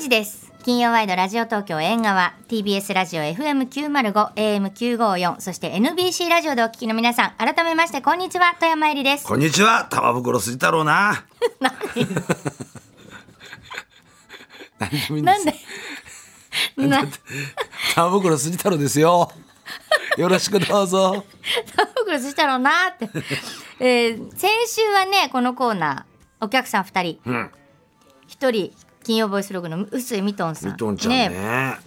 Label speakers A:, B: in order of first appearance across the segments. A: 時です。金曜ワイドラジオ東京縁側、TBS ラジオ FM905、AM954、そして NBC ラジオでお聞きの皆さん、改めましてこんにちは、富山えりです。
B: こんにちは玉袋筋太郎な何でもいいんで
A: なん
B: す
A: でな、
B: 玉袋筋太郎ですよよろしくどうぞ
A: タフグしたろうなって。えー先週はね、このコーナー、お客さん2人。
B: ん
A: 1人、金曜ボイスログの臼井ミトンさん。
B: ミトンちゃんね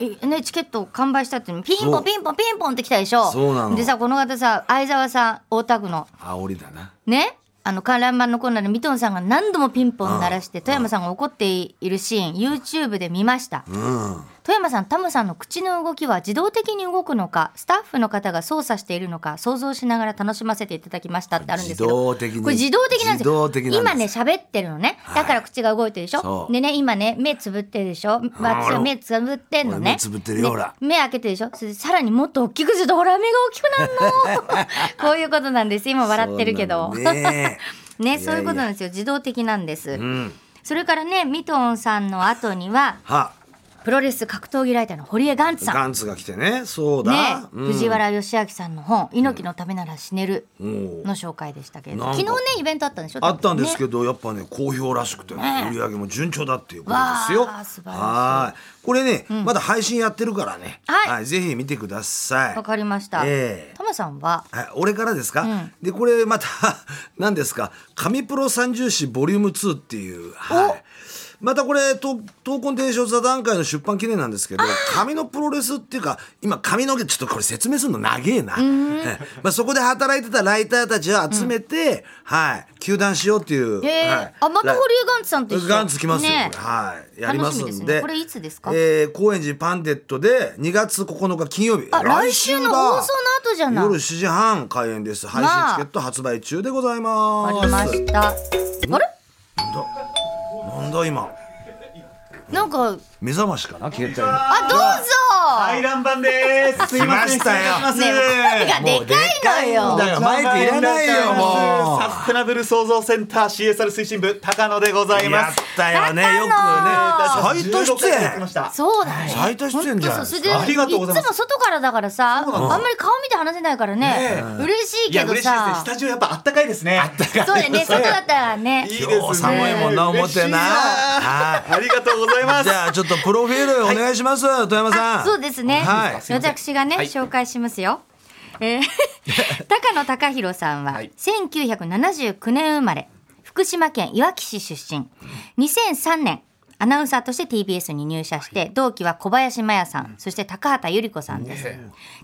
A: えねチケット完売したっていうのピンポンピンポンピンポンって来たでしょ
B: そうなの
A: でさこの方さ相沢さん大田区の
B: 煽りだな
A: ねあの観覧板のコーナーでミトンさんが何度もピンポン鳴らして富山さんが怒っているシーン YouTube で見ました
B: うん
A: 富山さんタムさんの口の動きは自動的に動くのかスタッフの方が操作しているのか想像しながら楽しませていただきましたってあるんですけど
B: 自動的に
A: これ自動的なんですよ
B: 自動的なんです
A: 今ね喋ってるのねだから口が動いてるでしょ、
B: そう
A: でね今ね目つぶってるでしょ私は目つぶってんのね
B: 俺目つぶってるよ
A: ね
B: ほら
A: 目開けてるでしょそれでさらにもっと大きくするとほら目が大 きくなるのこういうことなんです今笑ってるけど
B: そうなのね
A: ね
B: いやいや
A: そういうことなんですよ自動的なんです、
B: うん
A: それからねミトンさんの後には
B: は
A: プロレス格闘技ライターの堀江ガン ツさん
B: ガンツが来てねそうだ、
A: ね、
B: うん
A: 藤原義明さんの本「猪木のためなら死ねる」
B: うん
A: の紹介でしたけれど、
B: なんか
A: 昨日ねイベントあったんでしょ
B: あったんです
A: ど、
B: けど、やっぱね好評らしくて、
A: ね
B: 売り上げも順調だっていうことですよ。
A: わあ素晴らしい
B: はいこれね、まだ配信やってるからね、
A: はい
B: ぜひ見てください。
A: わかりました、
B: ええ
A: タマさんは
B: はい、俺からですか、でこれまた 何ですか「神プロ三重詩ボリューム2っていう、はい、またこれと闘魂伝承座談会の出版記念なんですけど紙のプロレスっていうか今髪の毛ちょっとこれ説明するの長えな、えまあ、そこで働いてたライターたちを集めて、はい球団しようっていう、
A: ええ
B: はい
A: あまた
B: ライ
A: 堀江ガンツさんと一緒
B: ガンツきますよ、
A: ね
B: これはいやりますん
A: 楽
B: で
A: しみですねこれいつですか
B: えー高円寺パンデットで2月9日金曜日
A: あ来週の
B: だ
A: 放送の後じゃない
B: 夜7時半開演です配信チケット発売中でございます
A: わかりましたあれ
B: なんだ今
A: なんか
B: 目覚ましかな携帯
A: あ
C: 回覧板です。すいません。
B: 来ましたよ
C: 失
A: どうぞね
C: 礼します
A: 声がでかいの
B: だ
A: よ
B: よマイクいらないよもう
C: サステナブル創造センター CSR 推進部高野でござい
B: や
C: ま
B: っ
C: す。
B: たよねよ
A: 高
B: くね
C: 私
B: 最
C: た
B: 多
C: ち16
B: 出
C: 回やってきま
B: 演
C: した
A: そうだね
B: 最多出演じゃない
A: そう
B: で
A: それで
B: すか
A: い
C: ありがとうございます
A: つも外からだからさあん
C: うなの
A: まり顔見て話せないからね嬉しい
C: いや
A: け
C: 嬉
A: ど
C: しいです
A: さ
C: ね。スタジオやっぱあったかいですね。あったかい。
A: そうだよね外だったらね
C: いいですね。
B: 今日寒いもんな思ってなは
C: ありがとうございま
B: い
C: す
B: じ。ゃあちょっとプロフィールお願いします、富山さ
A: あ
B: ん
A: そうですね。
B: はい
A: 私がね、紹介しますよ。えー高野貴弘さんは、
C: はい
A: 1979年生まれ、福島県いわき市出身。2003年、アナウンサーとして TBS に入社して、同期は小林麻耶さん、そして高畑百合子さんです。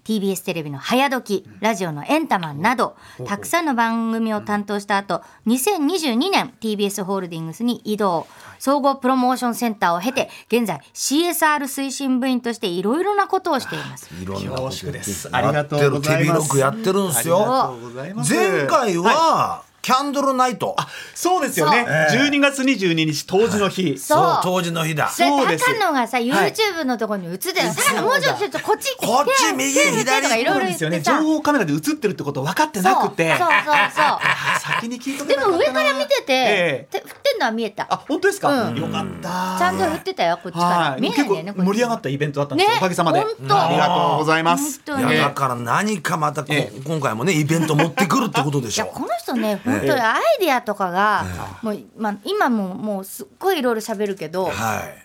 A: TBS テレビの早時、ラジオのエンタマンなど、たくさんの番組を担当した後、2022年 TBS ホールディングスに移動。総合プロモーションセンターを経て、現在 CSR 推進部員としていろいろなことをしています。
B: いろんなこと
C: 恐縮です
B: やって
C: ありがとうご
B: る
C: ざ
B: 手
C: います
B: 広くやってるんですよ
C: ありがとうございます
B: 前回はキャンドルナイト
C: そうですよね。12月22日当時の日。
A: そう
B: そう当時の日だ
A: それ
C: そうです
A: 高野がさ、
C: い
A: YouTube のところに映ってる。高野もうちょっとちょっとこっち来て。
B: こっち右
A: 手振って
B: 左
A: とかいろいろ
C: そう
A: 言
C: で
A: っ
C: すよ
A: て
C: ね。
A: さ。
C: 情
A: そう
C: 報カメラで映ってるってこと分かってなくて。
A: そうそ う
C: あ先に聞いと
A: そう。
C: け
A: で
C: ばよか
A: も
C: った
A: 上
C: な
A: から見てて
C: え、
A: て振ってんのは見えた。
C: あ本当ですか、
A: うん
C: よかった
A: ちゃんと振ってたよ、こっちから。
C: はい
A: 見えないんだよね、
C: 結
A: こ
C: 構
A: っち
C: 盛り上がったイベントだったんですよ、
A: ね
C: おかげさまで
A: 本当
C: うんありがとうございます
A: 本当
B: い
A: に
B: や
A: ね
B: だから何かまたこ
C: え
B: 今回もねイベント持ってくるってことで
A: い
B: し
A: や
B: ょ
A: この人ね本当にアイデアとかが、もう、まあ、今ももうすっごいいろいろ喋るけど、
B: はい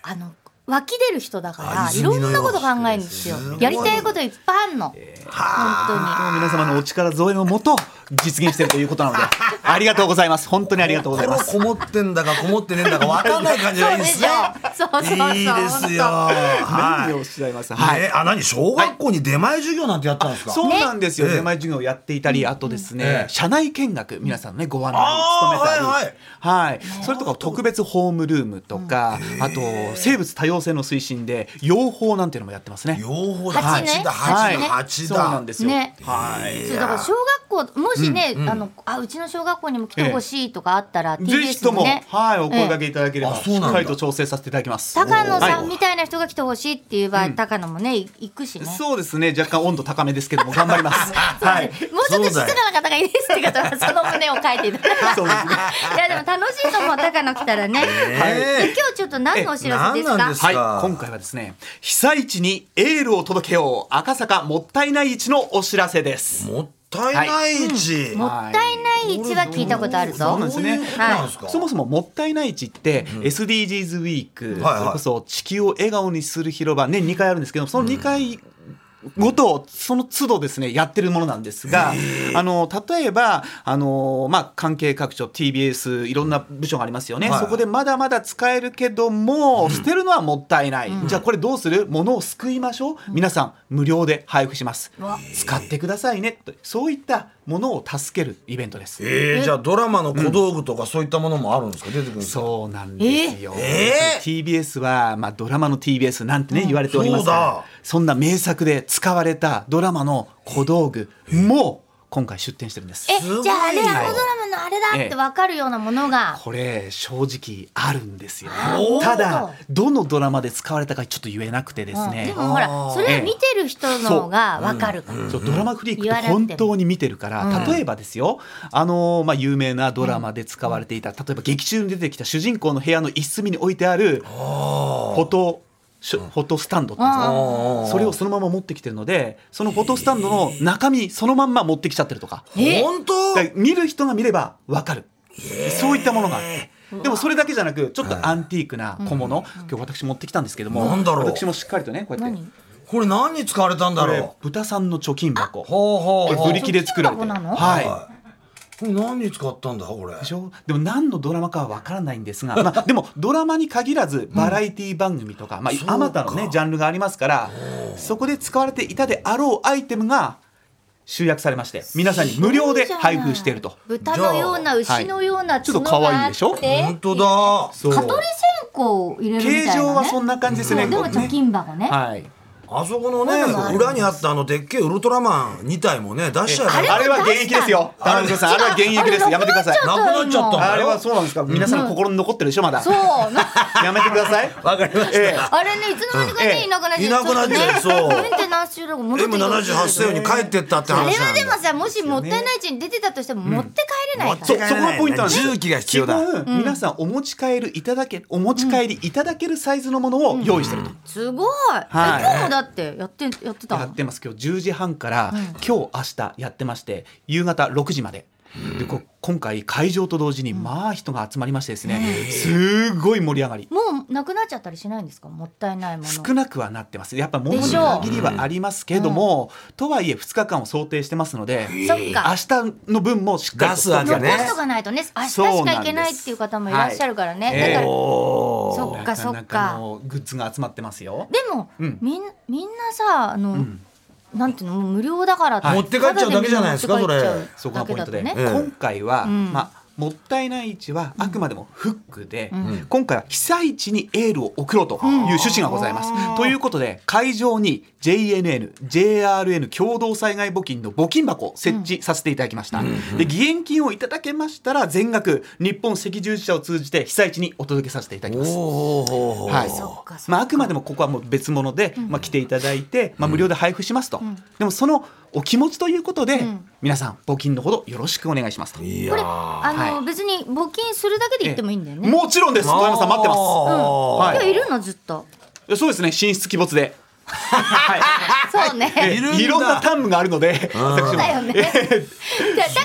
A: あの湧き出る人だか
B: あ
A: らいろ
B: 泉のようん
A: なこと考えるんですよ
B: すごい
A: やりたいこといっぱいあんの、本
C: 皆様のお力添えのもと実現しているということな のでありがとうございます本当にありがとうございます
B: こもってんだかこもってねえんだか分かんない感じがいい
A: 当
B: で
A: に
B: すね
A: そうでしょそうそうそう
B: いいですよは
C: 何をおっ
B: い
C: しゃいますはい、
B: はい、あ何小学校に出前授業なんてやったんですか、
C: そうなんですよ、
B: ね
C: 出前授業をやっていたり、あとですね、
B: ええ
C: 社内見学、皆さんのね、ご案内
B: あー
C: を務めたり、
B: は
C: はいいそれとか特別ホームルームとか、あと生物多様性の推進で、養蜂なんていうのもやってますね。
B: 養蜂だ
A: 蜂ね
B: 蜂だ
C: は
B: 蜂
C: い、
B: だ蜂
C: そうな
B: だ
C: んです
A: 当に
C: よ。
A: ね
B: はい
A: そうだから小学校もしね、あのあうちの小学校にも来てほしいとかあったら、
C: ぜひ
A: TBS
C: と
A: も
C: も、
A: ね
C: はい、お声掛けいただければ、
B: ええあそうな
C: し
B: んだ
C: っかりと調整させていただだきます
A: 高野さ
C: は
A: ん
C: い
A: みたいな人が来てほしいっていう場合、高野もねい行くしね
C: そうですね若干温度高めですけども頑張りますはい
A: もうちょっと静かな方がいいですって方はその胸を書いていただいて
C: そうですね
A: いやでも楽しいと思う高野来たらね、で今日ちょっと何のお知らせです
B: え何な
A: か
B: んですか
C: はい、今回はですね被災地にエールを届けよう赤坂もったいない市のお知らせです
B: もったいない市、
A: もったいない市は聞いたことあるぞ
C: そうなんですね
B: どういうことなんですか、
C: そもそももったいない市って SDGs ウィーク、
B: はいはい
C: それこそ地球を笑顔にする広場年2回あるんですけどその2回ごとその都度ですねやってるものなんですが、あの例えばあのまあ関係各所 TBS いろんな部署がありますよね、
B: はい
C: そこでまだまだ使えるけども捨てるのはもったいない、じゃあこれどうするものを救いましょう皆さん無料で配布します
A: うわ
C: 使ってくださいねとそういったものを助けるイベントです。
B: えー、じゃあドラマの小道具とかそういったものもあるんですか出てくるんですか
C: そうなんですよ。
B: え
C: TBS は、まあ、ドラマの TBS なんてね、言われておりま
B: そ
C: す
B: うだ
C: がそんな名作で使われたドラマの小道具も今回出展してるんです。
A: え
B: すごい
A: じゃああれ
B: よ
A: あのドラマのあれだって分かるようなものが、
C: これ正直あるんですよ
A: おー
C: ただどのドラマで使われたかちょっと言えなくてです
A: うんで
C: ね、
A: もほ
B: あ
A: ら
B: ー
A: それは見てる人のが分かるから、
C: そうドラマフリーク
A: 言わ
C: っ
A: なく
C: て
A: ても
C: 本当に見てるから、例えばですよあのー、まあ、有名なドラマで使われていた、例えば劇中に出てきた主人公の部屋の一隅に置いてあるフォトショフォトスタンドっていうんですか
A: あー
C: それをそのまま持ってきてるのでそのフォトスタンドの中身そのまんま持ってきちゃってるとか
A: え
B: 本当
C: だから見る人が見れば分かる、そういったものがあるでもそれだけじゃなくちょっとアンティークな小物、今日私持ってきたんですけども
B: なんだろう
C: 私もしっかりとねこうやって
A: 何
B: これ何に使われたんだ
C: こ
B: ろう
C: れ豚さんの貯金箱こ
B: ほうほう
C: れ
B: ほう
C: ブリキで作られてる
A: 貯金箱なの
C: はい
B: はいこれ何に使ったんだこれ
C: でしょでも何のドラマかは分からないんですが、まあ、 でもドラマに限らずバラエティ番組とかま
B: そう
C: あ
B: か
C: あまたのねジャンルがありますからそこで使われていたであろうアイテムが集約されまして皆さんに無料で配布していると
A: 豚のような牛のような角
C: はいちょっと
A: が
C: 可
A: あっ
C: 愛
A: て
C: いでしょ
B: 本当だ
C: そう
A: 蚊取り線香を入れるみたい
C: 形
A: な、ね、
C: 状はそんな感じですね
A: そうでも
C: こうね
A: 貯金箱ね、
C: はい
B: あそこのね
A: そうなの
B: 裏にあったあのでっけえウルトラマン2体もね出しちゃえば
A: あれ
B: よか
C: あ
B: っ
C: れは現役ですよ田辺さんあれは現役ですやめてください
B: たなくなっちゃったんだよ
C: あれはそうなんですか皆さんの心に残ってるでしょまだ
A: そうな
C: やめてくだ さい
B: わかりました、
C: ええ
A: あれねいつの間にか
C: え
A: ね
C: え
A: いなくなっちゃう
B: いなくなっちゃうそう
A: メンテナンス中だから戻ってきてほしい
B: M78 世に帰ってったって
A: あれ
B: 話な
A: は
B: んだ
A: でもさもしもったいない地に出てたとしても持って帰れないから、
C: そうそこがポイントなんです
B: 重機が必要だ
C: 基本皆さんお持ち帰りいただけお持ち帰りいただけるサイズのものを用意してると
A: すごい、え
C: はい
A: 今日もだってやってやってたの
C: やってます今日10時半から、今日明日やってまして夕方6時まで。でこ今回会場と同時にまあ人が集まりましてですね、すごい盛り上がり
A: もうなくなっちゃったりしないんですかもったいないもの
C: 少なくはなってますやっぱ物
A: で
C: に
A: しょう
C: 限りはありますけども、とはいえ2日間を想定してますので
A: そっ
C: 明
A: か
C: 日の分もしっかりと
B: 出すわけ
A: 残
B: ね
A: しとかないとね明日しか行けないっていう方もいらっしゃるからね、
C: そうなんです
A: だか
C: はい
A: ら、
B: おー
A: そっかそ
C: な
A: っ
C: かな
A: か
C: かのグッズが集まってますよ
A: でも、
C: うん
A: みんみんなさあの、なんていうのもう無料だからって、
B: はい持って帰っちゃうだけじゃないですか
A: ただ
B: それ
A: 持って帰っちゃう
C: そこがポイントで、
A: だけだと
B: ええ
A: ね
C: 今回は、
A: ん
C: まあもったいない市はあくまでもフックで、今回は被災地にエールを送ろうという趣旨がございます。ということで会場に JNN、JRN 共同災害募金の募金箱を設置させていただきました。で義援金をいただけましたら全額日本赤十字社を通じて被災地にお届けさせていただきます。
B: おーおーおーおー
C: はい
A: そっかそっか
C: まあ、あくまでもここはもう別物で、まあ、来ていただいて、まあ、無料で配布しますと、でもそのお気持ちということで、
A: ん
C: 皆さん募金のほどよろしくお願いしますと、
B: いや
A: これ
B: ー
A: あの、
C: はい
A: 別に募金するだけで言ってもいいんだよね、
C: もちろんです富山さん待ってます
B: あ
A: 今
C: は
A: 日いるのずっと
C: いそうですね進出鬼没で、は
A: そうね、
C: い、
B: いるんだ
C: いろんなタームがあるので
A: そう
C: 私も
A: だよ ね。じゃあ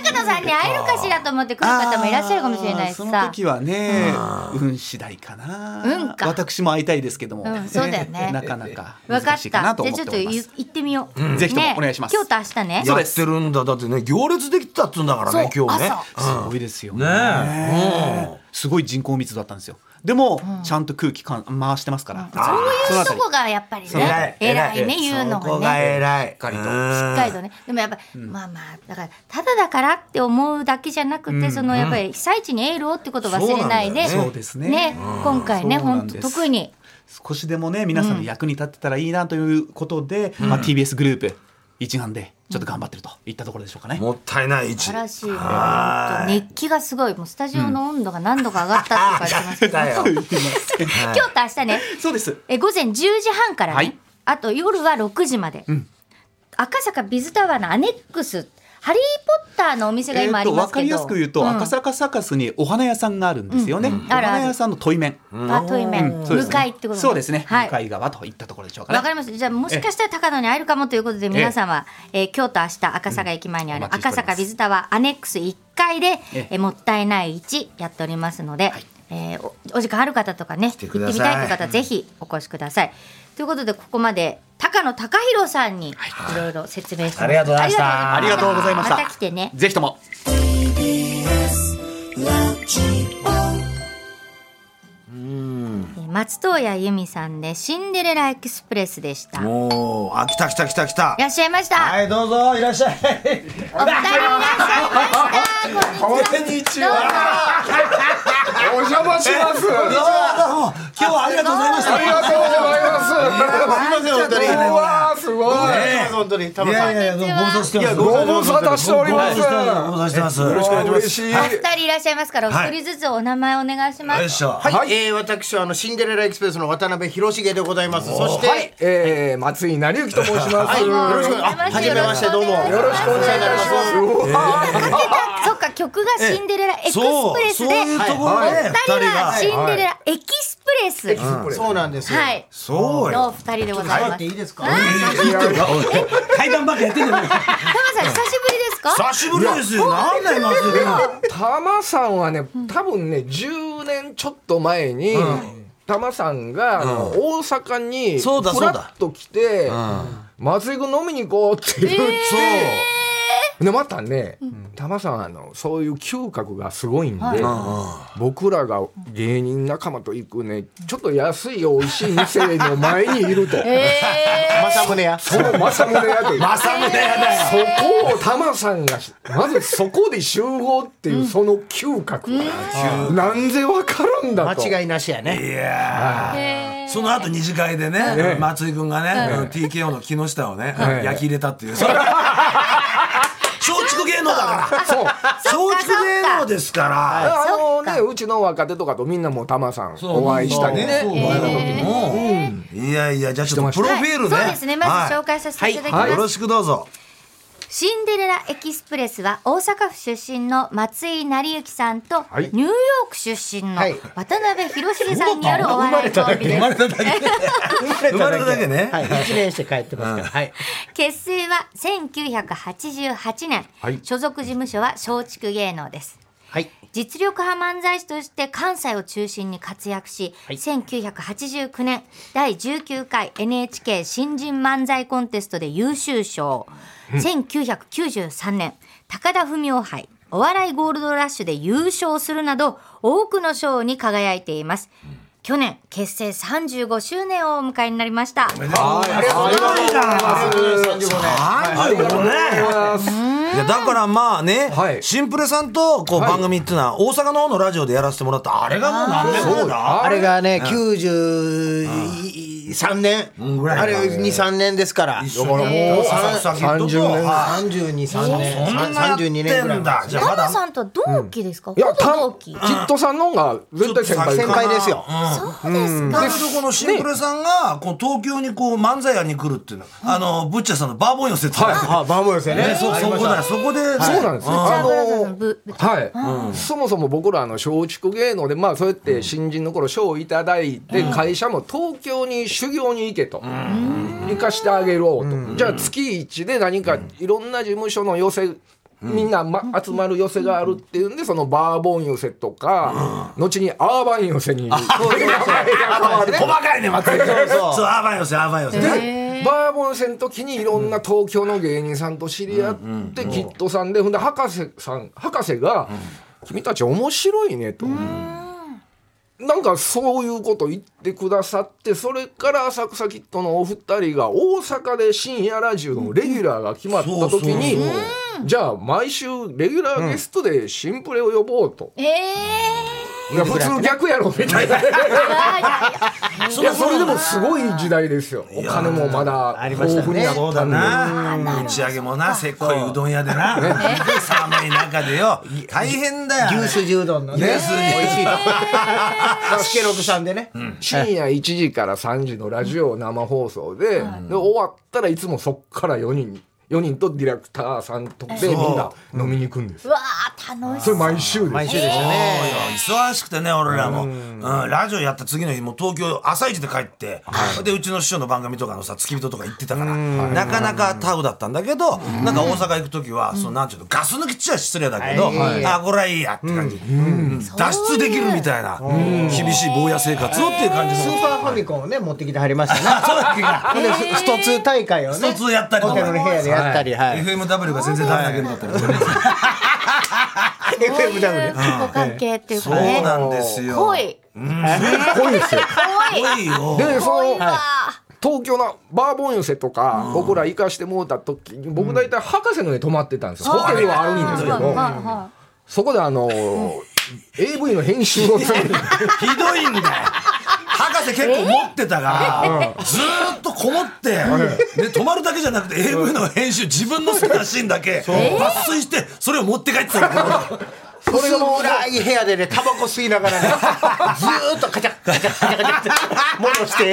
A: 高野さんに会えるかしらと思って来る方もいらっしゃるかもしれないし
C: あーその
A: さ。
C: 時はね運次第かな
A: 運か
C: 私も会いたいですけども、
A: うんそうだよね
C: なかなか
A: わか
C: 難
A: っ
C: しいかな
A: た。
C: と
A: じゃあち
C: 思っ
A: ょってと
C: おります
A: 言行ってみよう。
C: ぜひとも
A: ね
C: お願いします
A: 今日と明日ね。
B: やってるんだだってね行列できてたっつうんだからね
A: そう
B: 今日ね
C: すごいですよね
B: ねえうん
C: すごい人口密度だったんですよでも、ちゃんと空気かん回してますから、
A: そういうと
C: り
A: こがやっぱり
C: そう偉
A: ね
C: い、
A: 偉いね
C: 偉い
A: 言うの
B: そこ
A: が
B: が
A: ね。
B: 偉いしっ
C: かりと
A: しっかりとね、でもやっぱり、まあまあだからただだからって思うだけじゃなくて、そのやっぱり被災地にエールをってことを忘れないで、
B: そうなんだよねそう
C: ですね
A: 今回ね
C: そうな
A: 本
C: ん
A: 当
C: です
A: 特に
C: 少しでもね皆さんの役に立ってたらいいなということで、まあ、TBS グループ一丸でちょっと頑張ってるといったところでしょうかね。
B: もったいない位
A: 素
B: 置
A: 晴らしい
B: はーい
A: 熱気がすごいもうスタジオの温度が何度か上がったって感じますけど、
B: だよ
C: すいません
A: 今日と明日ね
C: そうです。
A: え午前10時半からね、
C: はい
A: あと夜は6時まで、赤坂ビズタワーのアネックスハリー・ポッターのお店が今ありま
C: わ
A: すけ
C: か
A: ど、
C: りやすく言うと、
A: ん
C: 赤坂サカスにお花屋さんがあるんですよね。お
A: あるあ
C: 花
A: る
C: 屋さんの問い面。
A: あ遠い面、
C: そうで
A: 向
C: すね
A: かいってこと
C: そうですね。
A: はい
C: 向かい側といったところでしょうかね。
A: わかりました。じゃあもしかしたら高野に会えるかもということで皆さんは、えー今日と明日赤坂駅前にある
C: うんお待ち
A: 赤
C: しております
A: 坂ビズタワーアネックス1階で、え
C: ええ
A: ーもったいない1やっておりますので、えーおお時間ある方とかね行ってて
B: く
A: み
B: ださい
A: たいという方はぜひお越しください。ということでここまで高野貴弘さんにいろいろ説明してもらって
B: ありがとうございました
C: ありがとうございました。
A: また来てね。
C: ぜひとも。
A: えー松任谷由実さんでシンデレラエクスプレスでした。い
B: もうあ来た来た来た来た
A: らっしゃいました。
B: はいどうぞいらっしゃい
A: お二人いらっしゃいました。こんにちは。
B: こんにちは
D: お邪魔します。
B: どうも今日はありがとうございました
D: ありがとうございます。
B: すいません本当に
D: うわーすごい。
E: 本当にた
B: い
E: まさ
B: や
E: ん
B: いやいやご無沙汰してます
D: ご無沙汰しております
B: ご無沙汰してますご無沙汰してますよろしくお願いし
D: 嬉しい。
A: お二人いらっしゃいますから、お一人ずつお名前お願いします。
B: よいしょ
E: はい、えー私はあのシンデレラエクスプレスの渡辺広重でございますそして、
D: はい、えー、松井成幸と申します。
E: はいよろしくお願いしま
A: は
E: すは
A: じ
E: じ
A: め
E: め
A: ま
E: ま
A: し
E: してて
A: ど
E: ど
A: う
E: う
A: も
E: も
D: よろしくお願いします。うわ
A: そっか曲がシンデレラエクスプレス
B: そ
A: で、
B: ういうところ
A: お
B: で
A: 二
B: 二
A: 人
B: 人
A: はシ
B: が
A: ンデレラエキスプレス、
E: そうなんですよ、
A: はい、
B: そう
A: のお
B: よ
A: 二人でござい
E: 入
A: ま
E: って
A: す。
E: いいですか
B: 階段ばっかやってんじ ゃない
A: タマさん久しぶりですか？
B: 久しぶりですよなんで今すぐな
D: タマさんはね、多分ね、10年ちょっと前に、タマさんが、あの大阪に
B: そうだ
D: ふ
B: そうだ
D: らっと来て、松井君飲みに行こうって言って、でまたね、タマさんあのそういう嗅覚がすごいんで、僕らが芸人仲間と行くね、ちょっと安い美味しい店の前にいる と。
A: え
E: 正宗や
D: その政宗屋という。
B: 朝だよね
D: そこをタマさんがしまずそこで集合っていうその嗅覚、なんでわかるんだと
E: 間違いなしやね
B: いや
A: ー、え
B: ーその後二次会でね松井君がねあの TKO の木下をね
D: い
B: 焼き入れたっていうそ れ松竹芸能だから
D: そう
B: 松竹芸能ですから
D: あのねうちの若手とかとみんなもうタマさんお会いしたりね
B: そうお会いした時もうんいやいやじゃあちょっとプロ
A: ー
B: フィールね
A: はいそうですね。まず紹
B: は
A: 介させていただき
B: い
A: ます。
B: はいよろしくどうぞ
A: シンデレラエキスプレスは大阪府出身の松井成幸さんと
D: はい
A: ニューヨーク出身の
E: はい
A: 渡辺広重さんによるお笑いコンビです。
B: ただけ生まれただけね
E: はい一年して帰ってますから、はい
A: 結成は1988年、
D: はい
A: 所属事務所は松竹芸能です
E: はい
A: 実力派漫才師として関西を中心に活躍し、1989年第19回 NHK 新人漫才コンテストで優秀賞、1993年高田文雄杯お笑いゴールドラッシュで優勝するなど多くの賞に輝いています、去年結成35周年をお迎えになりました
B: ありがとうございます35年いやだからまあね、
D: はい
B: シンプレさんとこう番組っていうのは大阪の方のラジオでやらせてもらったあれがもう何年前だ
E: あれがね93年
B: んぐらい
E: あれ23年ですから
B: 一緒にもう浅草キッドと
D: 30年
B: はい
E: 32、3年
B: そんなやって
E: 32年ぐらい
B: んだじゃあま
A: ナナ
B: だ
A: さんと同期ですか、
D: いや
A: ほ
D: た
A: ぼ同
D: キ
A: 期、
D: ットさんの方が絶対先輩
E: 先輩ですよ
A: そうです
B: だ
A: か、
B: けどこのシンプレさんがこう東京にこう漫才屋に来るっていうのはあのブッチャーさんのバーボン寄せっていうのが
E: あバーボン寄せね
B: ねそそこだよそこで
D: そうなんですよ。あ
A: ブラザーズの
D: の
A: 部
D: はい、そもそも僕らあの松竹芸能でまあそうやって新人の頃賞をいただいて会社も東京に修行に行けと、行かしてあげろうと、じゃあ月一で何かいろんな事務所の寄せみんな、ま、集まる寄せがあるっていうんでそのバーボン寄せとか、後にアーバン寄せに
B: 細かいねまたそうそうアーバン寄せアーバン寄せね
D: でバーボン戦の時にいろんな東京の芸人さんと知り合ってキットさんでほんで博士さん博士が「君たち面白いね」と。なんかそういうこと言ってくださってそれから浅草キッドのお二人が大阪で深夜ラジオのレギュラーが決まった時に
B: うんそうそう
D: じゃあ毎週レギュラーゲストでシンプレを呼ぼうと
A: ええ
D: いや普通逆やろみたいないやそれでもすごい時代ですよお金もまだ
E: ありました
D: 豊
E: ね
D: 富にあ
B: そう
D: っ
B: だ
D: たんで
B: な打ち上げもなせっこいうどん屋でな寒い中でよ大変だよ
E: 牛すじうどんのね。美味しいとこ。サスケ六さんでね。
D: 深夜1時から3時のラジオ生放送で,、で終わったらいつもそっから4人4人とディレクターさんとでみんな飲みに行くんです
A: うわー楽し
D: そ
A: そう
D: れ毎週で
E: 毎
D: す
E: 週でしたね。
B: そうよ忙しくてね俺らも、うん、ラジオやった次の日も東京朝一で帰って、でうちの師匠の番組とかのさ付き人とか行ってたから、なかなかタフだったんだけど、なんか大阪行く時は、そのなんちゅうのガス抜きっちゃ失礼だけど、
E: はい
B: あこれはいいやって感じ、うん脱出できるみたいな、厳しい坊や生活をっていう感じ
E: ス
B: の
E: ーパーファミコンをね持ってきてはりましたね。そうだストツー大会をね。
B: ストツーやったりと
E: ホ
B: か
E: テルの部屋でやったり、はい。
B: FMW が全然ダメなゲームだったりとかね
E: FMW。
A: ご関係っていう
B: そう
A: かね
B: なんですよ
A: 濃い
D: 濃いですよ
A: 濃い
B: 濃いよ
D: でそ
A: 濃い
D: の
A: わ
D: 東京のバーボン寄せとか僕ら行かしてもうた時に僕大体博士の家泊まってたんですよホテルはあるんですけ
A: はい
D: ど
A: は
D: そこであの AV の編集をす る
B: ひどいんだよ。 博士結構持ってたが、ずーっとこもって、で泊まるだけじゃなくて AV の編集自分の好きなシーンだけ抜粋してそれを持って帰ってたんだよ
E: それが暗い部屋でねタバコ吸いながらねずーっとカチャッカチャッカチャッカチャッって戻し て
A: い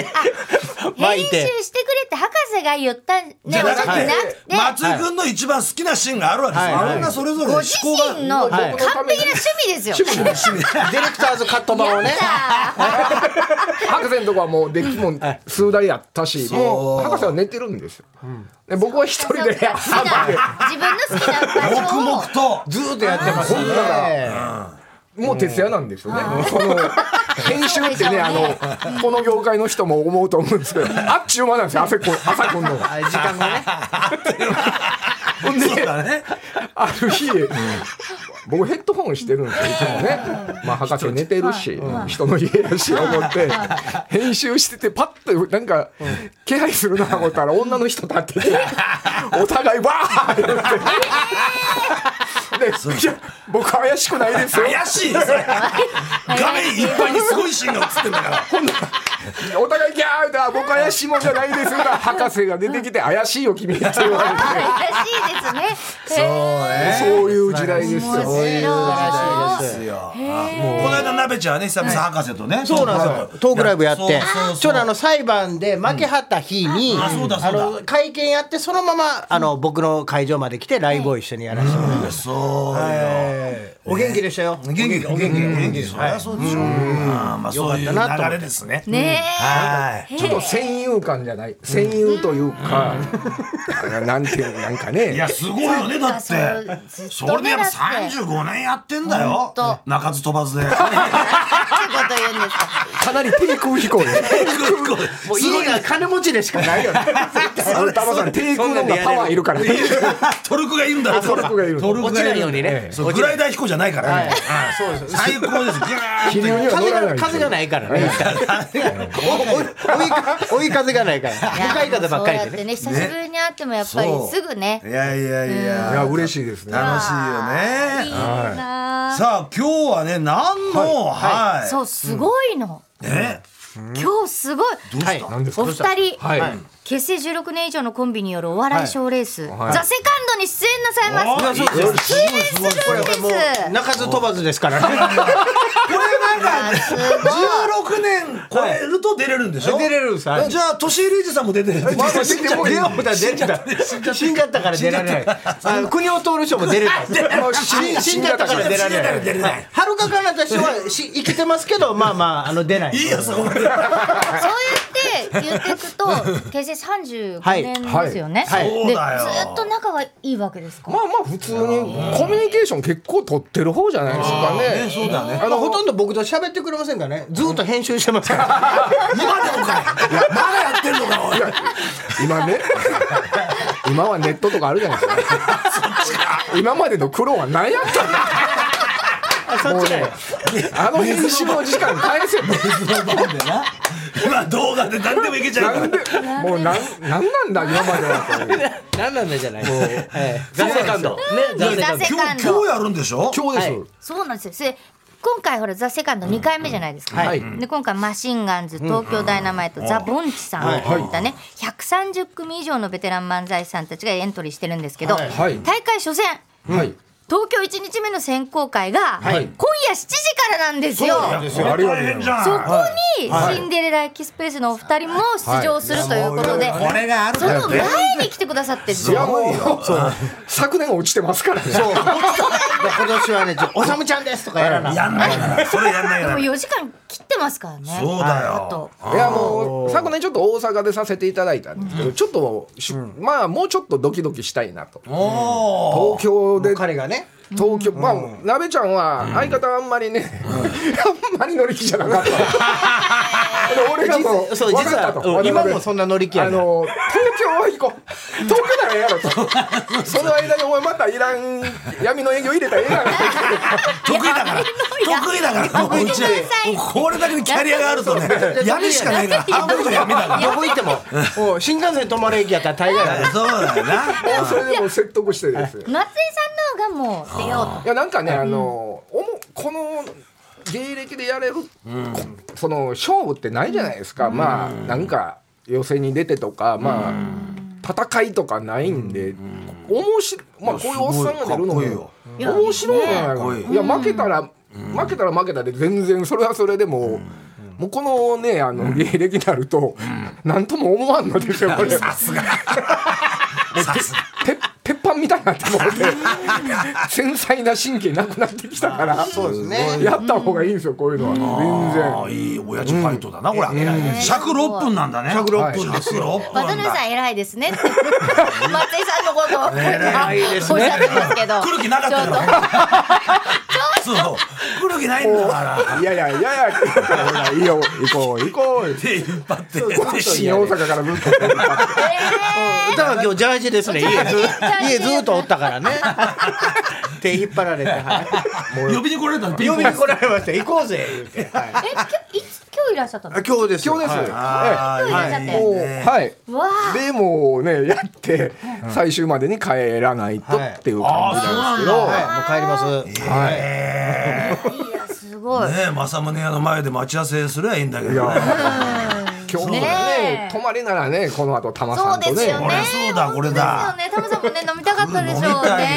A: はい編
E: 巻い
A: 集
E: て
A: してくれって博士が言ったね
B: じゃなく
A: わけじゃ
B: て
A: なくて
B: 松井君の一番好きなシーンがあるわけですよ。
E: はい
B: あんなそれぞれ
A: ご
B: 思考
A: 自
B: が
A: 身の
D: 僕の
A: 完
D: ために
A: 璧な趣味ですよ
E: ディレクターズカット版をね
D: 博士のとこはもうデッキも数台やったしもう博士は寝てるんですよで僕は一人で
A: そうか好きな自分の好きな場
B: 黙
A: 所を
B: 々と。
E: ずーっとやってますね
D: ほんなもう徹夜なんですよね。その編集ってね、あの、この業界の人も思うと思うんですけど、あっちゅう間なんですよ、朝こ、朝こんのが。
E: はい時間がね
D: ほんで
B: そうだね。
D: ある日、僕ヘッドホンしてるんですよ、いつもね。まあ、博士寝てるし、人の家やし、思って、編集してて、パッと、なんか、気配するなと思ったら、女の人立ってて、お互いバーッ言って。で、いや、僕怪しくないですよ。
B: 怪しいですね。画面いっぱいにすごいシーンが映ってんだから。
D: お互いギャーだ僕怪しいもんじゃないですよ博士が出てきて怪しいよ君って言われて
A: 怪しいですねへ
D: そういう時代です
A: ー
D: よ
A: 面白い
B: ですよ。この間鍋ちゃんはね久々博士とね。
E: そうなんですよトークライブやっ
B: そう
E: て
B: そうそう
E: ちょうどあの裁判で負けはった日に
B: あそうだ
E: あ
B: そうだ
E: の会見やってそのままあの僕の会場まで来てライブを一緒にやらせてもらいました
B: そうよ。
E: えーお元気でしたよ
B: 元気お元気元気そりゃそうでしょう。まあまあそういう
E: よかったなと思
B: 流れ
E: って
B: ですね。
A: ね
B: はい。
D: ちょっと戦友感じゃない戦友というかなんていうのなんか
B: い
D: ね
B: やすごいよねだっ
A: そっか
B: て
A: そうずっとね
B: それでやっぱ
A: だって
B: 35年やってんだよ
A: ほんと
B: 鳴かず飛ばずで
A: えってこと言うんですか
D: かなり低空飛行で
E: もう家が金持ちでしかないよね
D: タマさん低空の方がパワーいるから
B: トルクがいるんだって
D: トルクがいる
B: トルク
E: 落
B: が
E: ち
B: い
E: な
B: る
E: いようにね
B: そうグライダー飛行じゃないからねうん最高ですギャ
D: 気流に
B: ーって
D: は乗ら
E: 風
D: な
E: が
D: い
E: 風がないからね。追い追い風がないから。向かい風ばっ
A: そう
E: かり
A: やっ
E: で
A: て
E: ね。
A: ね久しぶりに会ってもやっぱり
B: そう
A: すぐね
B: いやいやい
D: いや
B: や
D: 嬉しいですね
B: 楽しいよ
A: いい
B: ね
A: な
B: さあ今日はね何の
A: あ
B: は
A: そうすごいの
B: いね
A: 今日すごい
E: はい。
D: 何です
A: お
D: か
A: 二人
D: はい
A: 結成16年以上のコンビによるお笑い賞ーレース「
D: はい
A: ザ・セカンドに出演なさい
B: あ
A: ます。
B: そうそうすごいすごい
E: これはもう鳴かず飛ばずですからね。
B: これなんか
A: すごい
B: 16年超えると出れるんでしょ
E: 出れるんですはい
B: じゃあ、年井隆二さんも出てる
E: まだ出ても出ようだ出た。死んじゃったから出られない。あの国を通る人も出れない。
D: もう死ん
E: 死んじゃったから出られない。
B: 出れない。
E: はるか彼方人はし生きてますけどまあまああの出ない。
B: いいよ、そこまで。
A: そう言って言っていくと結成35年ですよね。
E: はいはい
B: そう
A: でず
B: だよ
A: っと仲がいいわけですか。
D: まあまあ普通にコミュニケーション結構取ってる方じゃないですかねそうだね
E: あのほとんど僕と喋ってくれませんからね。ずっと編集してます から。
B: 今でもかい。まだやってんのか、おい。
D: 今ね 今はネットとかあるじゃないですか今までの苦労は何やったんだ
E: あそっちだよ。
D: あの編集の時間返せ
B: 今、動画で何でもいけちゃうか
D: なん
B: ら。
D: でもうなんなんなんだ今まではという
E: なんなんだじゃない。はい。ザセカンド。ね
A: ザセ
B: 今
A: カン
B: 日、今
A: ド
B: 日やるんでしょ
D: 今日です、
A: そうなんですよ。それ今回ほら「ザ・セカンド2回目じゃないですか、
D: はい
A: で今回マシンガンズ東京ダイナマイト、ザ・ボンチさんといったね130組以上のベテラン漫才師さんたちがエントリーしてるんですけど、
E: はい
D: はい
A: 大会初戦
D: はい。
A: 東京1日目の選考会が、
D: はい
A: 今夜7時からなんですよ。
D: ありがとうございます。
A: そこにシンデレラエキスプレスのお二人も出場するということで、
B: これがある
A: そ
B: から
A: の前に来てくださってる
D: いやもうそう昨年落ちてますからね。
E: 今年はね、ちょおさむちゃんですとかやらな。
B: やんないからそれやんない
A: で
B: か
A: も
B: ら
A: 4時間切ってますからね。
B: そうだよ
A: あと
D: いやもう昨年ちょっと大阪でさせていただいたんですけど、ちょっとしまあもうちょっとドキドキしたいなと。
B: お
D: 東京で
E: 彼がね、
D: 東京、まあ、鍋ちゃんは相方あんまりね、あんまり乗り気じゃなか った。で俺がもう、
E: そう
D: 分かっ
E: 実
D: た
E: は
D: と
E: うん今も
D: 渡
E: そんな乗り気
D: 辺
E: や
D: あ
E: ね。
D: の、東京は行こう。 東京ならええやろと。その間にお前またいらん闇の営業入れたらええやろ
B: 得意だから得意だからもううち
A: やめなさい
B: もうこれだけのキャリアがあるとね闇しかないから半分が闇だか
E: どこ行っても、おう新幹線止まる駅やったら大概だね
B: ら。そうだよな
D: と。それでもう説得してですね。
A: 松井さんの方がもう出ようと。
D: いやなんかね、あのおもこの芸歴でやれる、こその勝負ってないじゃないですか、まあなんか予選に出てとかまあ、戦いとかないんで、面白いまあこういうおっさんが出るのも
B: すごいかっこ
A: いいよ
D: 面白いじゃない
B: かっこいい
D: いや負けたら、負けたら負けたで全然それはそれでもう。もうこのねあの芸歴になると何とも思わんのですよこれ
B: さすがさすが
D: 鉄鉄板みたいになってもうて繊細な神経なくなってきたから
E: そうですね。
D: やった方がいいんですよ、こういうの
B: あ
D: は。
B: あいい親父ファイトだなこれ尺6分なんだね尺
D: 6
B: 分です
A: 渡辺さん偉いですね って松井さんのことを
B: 偉いです
A: おっしゃってますけど
B: 来る気なかった
A: ちょっと
B: からそう来る気ないんだから
D: 全然。いやいやいやいや、ほら、いいよ、行こう、行こう。
B: 手引っ張って
D: 新大阪からずっと。
E: だから今日ジャージですね。家ず
A: ージ
E: 家ずっとおったからね。手引っ張られて、は
B: 呼びに来られたの
E: い。呼びに来られました。行こうぜ。言うてはい
A: えきょいつ今日いらっしゃったの
E: 今日ですよ。
D: 今日です。
E: は
A: 今
D: え
A: 日いらっしゃって、
D: えもう、はい。
A: わあ
D: でもうね、やって、最終までに帰らないとっていう感じなんですけど。
E: いはいもう帰ります。はい。
A: いやすごい、
B: ねえ正宗屋の前で待ち合わせすりゃいいんだけ
D: い
B: どね
D: や、今日も
A: ね
D: ね、泊まりならね、この後、玉
A: そ
D: さ
A: うんで
D: と
A: すよね
B: こ
D: ね。
B: れそうだこれ
A: 本
B: だ
A: 当ですよねタムさんもね飲みたかったでしょうね
B: 飲みたいよ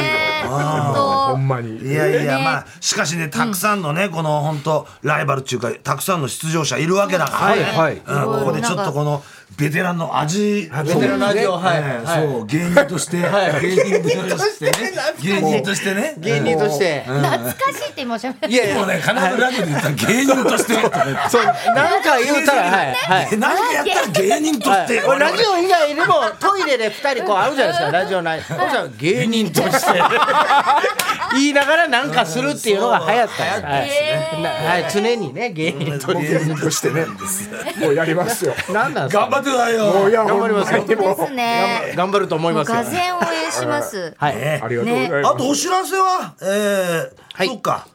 D: ほ
A: 本
D: んまに。
B: いやいや、
A: ね
B: まあ、しかしね、たくさんのね、この本当ライバルっていうか、たくさんの出場者いるわけだからね。
D: はいはい
B: うんここでちょっとこのベテランの味。ベ
E: ベテランの味をはい
B: そう、芸人として、芸人としてね、芸人としてね。
E: 芸人として。
A: 当懐かしいって今おっしゃいました
E: いやい
B: もう
E: や、
B: ね、必ずラジオで言ったら芸人として。
E: そう、なんか言うたら、はい、はい。
B: 何かやったら芸人として。
E: これラジ
B: オ
E: オ以外にもトイレで2人こう会うじゃないです かラジオないそしたら芸人として 言いながらなんかするっていうのが流行ったんですはいはい常にね 芸人として
B: 芸人としてね。頑
D: もうやりますよ。
E: 何なんですか
B: 張ってだよ。
D: もういや、
E: 頑張りますよ
D: ほんにもう
A: ですね
E: 頑張ると思い
A: もう
E: ますよ
A: がぜん応援します
E: はい
B: ね
D: ありがとうございます。
B: あとお知らせは、え
E: は
B: ー、
E: い
B: そっか、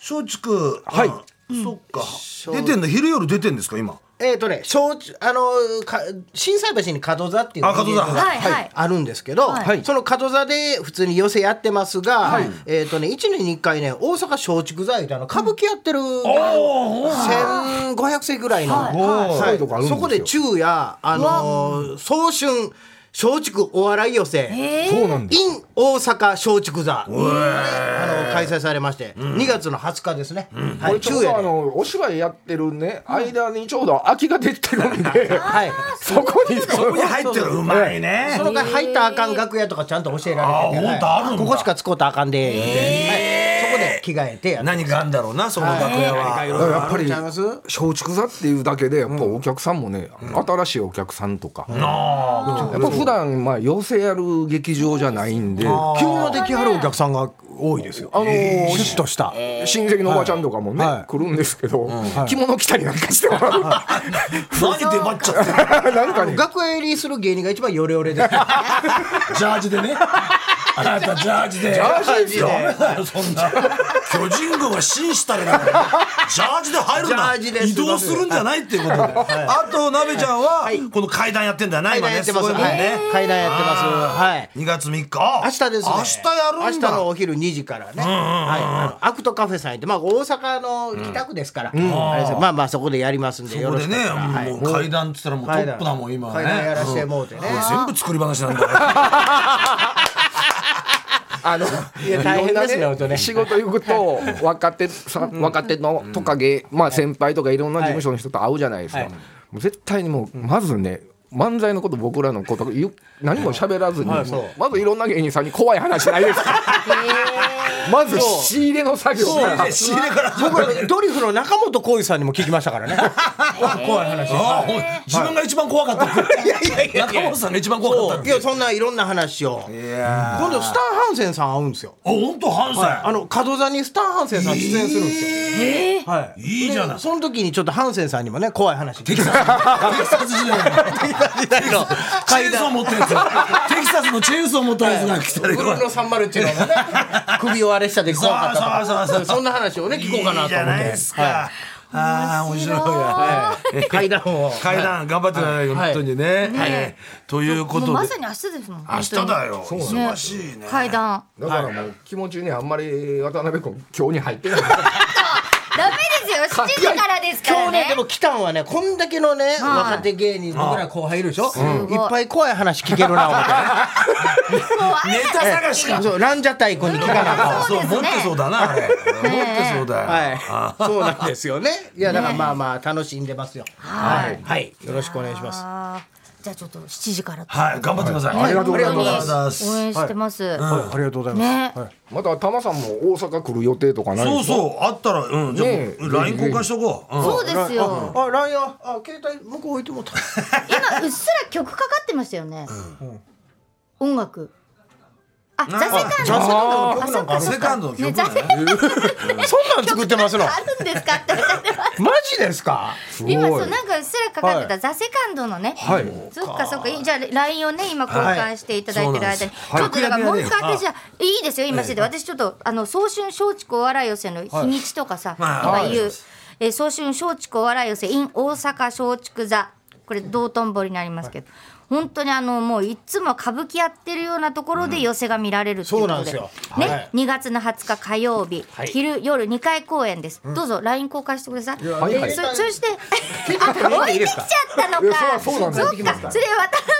B: 松竹、
D: はい
B: うん、そっか、出てんの、昼夜出てんですか、今。
E: えっとね小中あのか心斎橋に門座っていう
B: あ門座
E: はい
A: はいはい
E: あるんですけど、
A: はい
E: その門座で普通に寄せやってますが、えっ、とね1年に1回ね大阪松竹座であの歌舞伎やってる、1500席ぐらいの、
A: はい
D: はいそういうとこあるんです
E: そ
D: よ
E: こで昼夜、あのー早春松竹お笑い寄せ、
A: えー
D: そうなんです。
E: in 大阪松竹座、あの開催されまして、2月の20日ですね、は
D: これ
E: い、
D: ちょう
E: 昼
D: どあ
E: 夜で。
D: のお芝居やってるね間にちょうど空きが出てるんで
E: はい、
D: そこに
B: そこに入ってるうまいね
E: そ。の間入ったらあかん楽屋とかちゃんと教えられ
B: あー
E: てて、
B: ほんとあるんだ
E: ここしか使うたらあかんで、はい、そこで着替えてやって
B: 何があんだろうな、その楽屋は。
D: やっぱり
E: ちゃいます
D: 松竹座っていうだけでやっぱお客さんもね、新しいお客さんとか、やっぱ普段まあ寄せやる劇場じゃないんで
E: 急の出来はるお客さんが多いですよ。あのー、シュッとした。
D: 親戚のおばちゃんとかもね、
E: はい
D: 来るんですけど、着物着たりなんかしても
B: 何出張っちゃって
D: なんかね
E: 楽屋入りする芸人が一番ヨレヨレです。
B: ジャージでね。あなたジャージで。ジ
D: ャージで
B: ダメだよ、そんな。巨人軍は紳士たるだから。ジャージで入るな。
E: ジャージです
B: 移動するんじゃないっていうことで。あと、なべちゃんは、この階段やってんだよな、今
E: 階
B: ね。
E: 段やって
B: す
E: ます
B: ごいもんね。
E: はい階段やってますはい
B: 2月3日。あ
E: 明日ですね
B: 明日やるん
E: 明日の
B: だ。
E: お昼2時からね、はいあのアクトカフェさん行って、まあ、大阪の北区ですから、あれですまあまあそこでやりますんで
B: そこでね
E: よろしかったらはい、
B: もう階段っつったらもうト
E: 階
B: ッ
E: 段
B: プだもん、今はね。
E: 階段やらせてもうてね
B: んこれ全部作り話なんだから。
D: あの
E: いや大変ですね本当ね
D: 仕事行く と若手さ若手のトカゲ、まあ、先輩とかいろんな事務所の人と会うじゃないですか、
E: はい
D: もう絶対にもうまずね漫才のこと僕らのことゆ何も喋らずに、
E: いそう
D: まずいろんな芸人さんに怖い話ないですかまず仕入れの作業から
B: で仕入れから。
E: 僕らドリフの中本浩二さんにも聞きましたから ね怖い話
B: あー自分が一番怖かった。いやいやいや。中本さんが一番怖かった
E: そ
B: っ
E: う
B: て
E: い。やそんないろんな話を今度スターハンセンさん会うんですよ
B: あ、本当ハンセン。
E: あの角座にスターハンセンさん出演するんですよ、はい
B: いいじゃない
E: でその時にちょっとハンセンさんにもね怖い話聞いて
B: テキサス時代のチェーンソー持ってるやつテキサスのチェーンソー持ったやつが来たら
E: 黒黒三丸っていうの がね首をあれしたで怖かったとか
B: そうそうそうそう
E: そんな話をね聞こうかなと思って
B: じゃないですか、
E: は
B: ああ面白いわ、
E: い階段を
B: 階段頑張ってくださいよ、
E: はい
B: 本当にね、えーというこ
A: も
B: と
A: う
B: で
A: まさに明日ですもん
B: 明日だよ
A: 本当に
B: 忙しいね
A: 階段
D: だからもう気持ちにあんまり渡辺君今日に入ってない
A: ダメ ですよ7時からですか
E: 今
A: ら
E: 日
A: ね
E: ねでも来たんはねこんだけのね若手芸人僕ら後輩いるでしょ
A: ごい
E: いっぱい怖い話聞けるな思って
B: ネタ探しか
E: そう、ランジャタイ君に聞かなあかんわ
A: そうですね
B: 持ってそうだなあれ持ってそうだよ、
E: はい。そうなんですよね。いや、だからまあまあ、楽しんでますよ。はい。はい。よろしくお願いします。
A: あーじゃあちょっと7時から
B: はい頑張ってください、
A: あ
B: ありがとうござい
A: 応
B: ます、
A: 援してます、
E: ありがとうござい
A: ね、
D: また玉さんも大阪来る予定とかない
B: そう
D: んですか
B: そうあったらうんじゃあ、
D: ねえ
B: LINE 交換しとこう、うん
A: そうですよ
E: あ、ラインあ、携帯向こう置いてもうた。
A: 今うっすら曲かかってましたよね、音楽あ座セカンド
E: セカンドの曲なんかあ
B: セカン
E: る
B: ドの曲ね
A: ね座席
E: そんなん作ってます の。
A: あるんですかって言われてます
E: マジですか。
A: 今そうなんかうっすらかかってた、ザセカンドのね、
D: はい
A: そっかそっかいいじゃあ LINE をね今交換していただいてる
B: はいそ
A: 間に、
B: うなんです
A: ちょっとだからもう一
B: 楽屋
A: 回
B: でね
A: 私じゃあいいですよ今してて、私ちょっとあの早春松竹お笑い寄せの日にちとかさ、
B: はい
A: 今言う、えー早春松竹お笑い寄せ in 大阪松竹座これ道頓堀になりますけど、本当にあのもういつも歌舞伎やってるようなところで寄せが見られるっていうこ
E: そうな
A: と
E: んで
A: で,、
E: すよ
A: ね、
E: はい
A: 2月の20日火曜日、
E: はい
A: 昼夜2回公演です、どうぞ LINE 交換してください。
D: はいはい
A: でそそしてあ置いてきちゃったの
D: いやそ
A: か
D: らそうなんだ
A: そっかそれ渡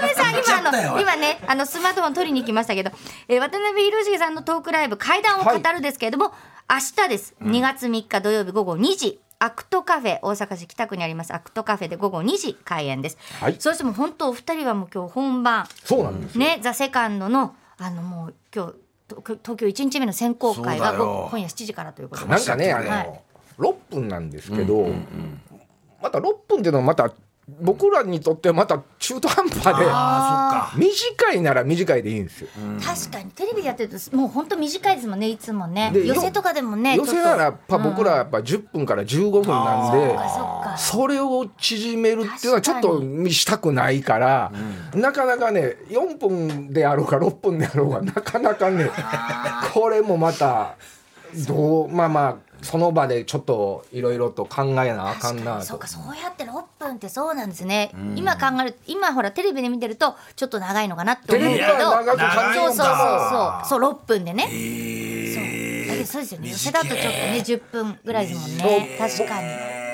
A: 辺 さん今あの今ねあのスマートフォン取りに行きましたけど、えー渡辺裕重さんのトークライブ階段を語るですけれども、明日です2月3日土曜日午後2時アクトカフェ大阪市北区にありますアクトカフェで午後2時開演です、
D: はい
A: そしてもう本当お二人はもう今日本番
D: そうなんです
A: ね、ザ・セカンドの、あの、もう、今日、東東京一日目の選考会が、
B: そうだよ
A: ご今夜7時からということで。
D: なんかね、あの、
A: はい
D: 6分なんですけど、また6分っていうのはまた僕らにとってはまた中途半端
B: あ
D: で、短いなら短いでいいんですよ。
A: 確かに、テレビでやってると、もう本当短いですもんね、いつもね。
D: で
A: 寄せとかでもね。
D: 寄
A: ちょ
D: せ
A: っと
D: ならやっぱ僕らやっぱ10分から15分なんで、
A: そっか。
D: それを縮めるっていうのはちょっと見したくないから、なかなかね4分であろうか6分であろうがなかなかねこれもまたどうまあまあその場でちょっといろいろと考えなあかんな
A: そう
D: と
A: か。そうやって6分ってそうなんですね、今考える今ほらテレビで見てるとちょっと長いのかなって思うけど
D: テレビは長く感
B: じ
A: そうそ
B: るん
A: う
B: だ
A: そうそうそう6分でね、
B: ー
A: そうだけどそうですよね寄せ
B: 短
A: だ
B: い
A: とちょっとね10分ぐらいですもんね確かに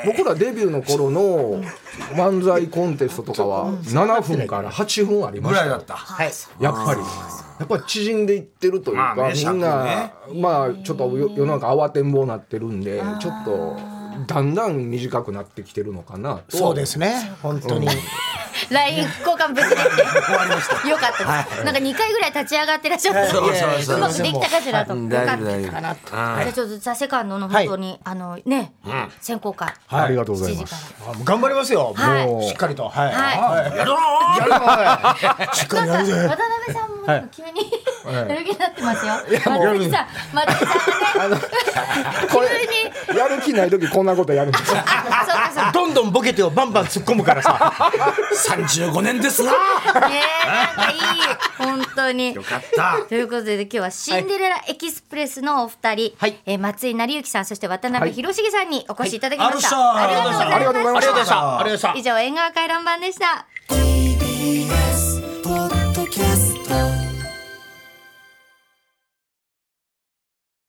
D: 僕らデビューの頃の漫才コンテストとかは7分から8分ありま
B: ぐ
D: し
B: ら
D: た
B: いだ
D: よ
B: った
E: はい。
D: やっぱりやっぱり縮んでいってるというか、
B: まあね
D: みんな、まあちょっとよ世の中慌てんぼうなってるんでちょっとだんだん短くなってきてるのかなと
E: そうですね。本当に。
A: ライン交換無事で終わりました。よかったです。なんか二回ぐらい立ち上がってらっしゃった。
B: そうそうそう
A: うまくできたかしらと。よかったかなと。じゃ
B: は
A: あちょっとザセカンドの本当にあのね選考会
D: ありがとうござい
A: 7時
D: ます。
A: か
E: あもう頑張りますよ。
A: はい
E: もうしっかりと。はい。
A: ら。はい。
B: やるぞー
E: やるぞおいしっかりやる
A: 渡
E: ぜ。
A: 辺さんもなんか急にやる気になってますよ。松井さん、松井さんがね、
D: こ
A: 急に
D: れやる気ない時こんなことやるんですよ
A: あそうかそうか。
E: どんどんボケてをバンバン突っ込むからさ
B: 35年ですな
A: ねえ、なんかいい、本当に
B: よ。かった
A: ということで今日はシンデレラエキスプレスのお二人、
E: はい
A: えー松井成之さんそして渡辺博重さんにお越しいただきました、
B: はいありがとうございました
A: ありがとうございました
E: ありがとうございました
A: 以上縁側回覧版でした
F: TBS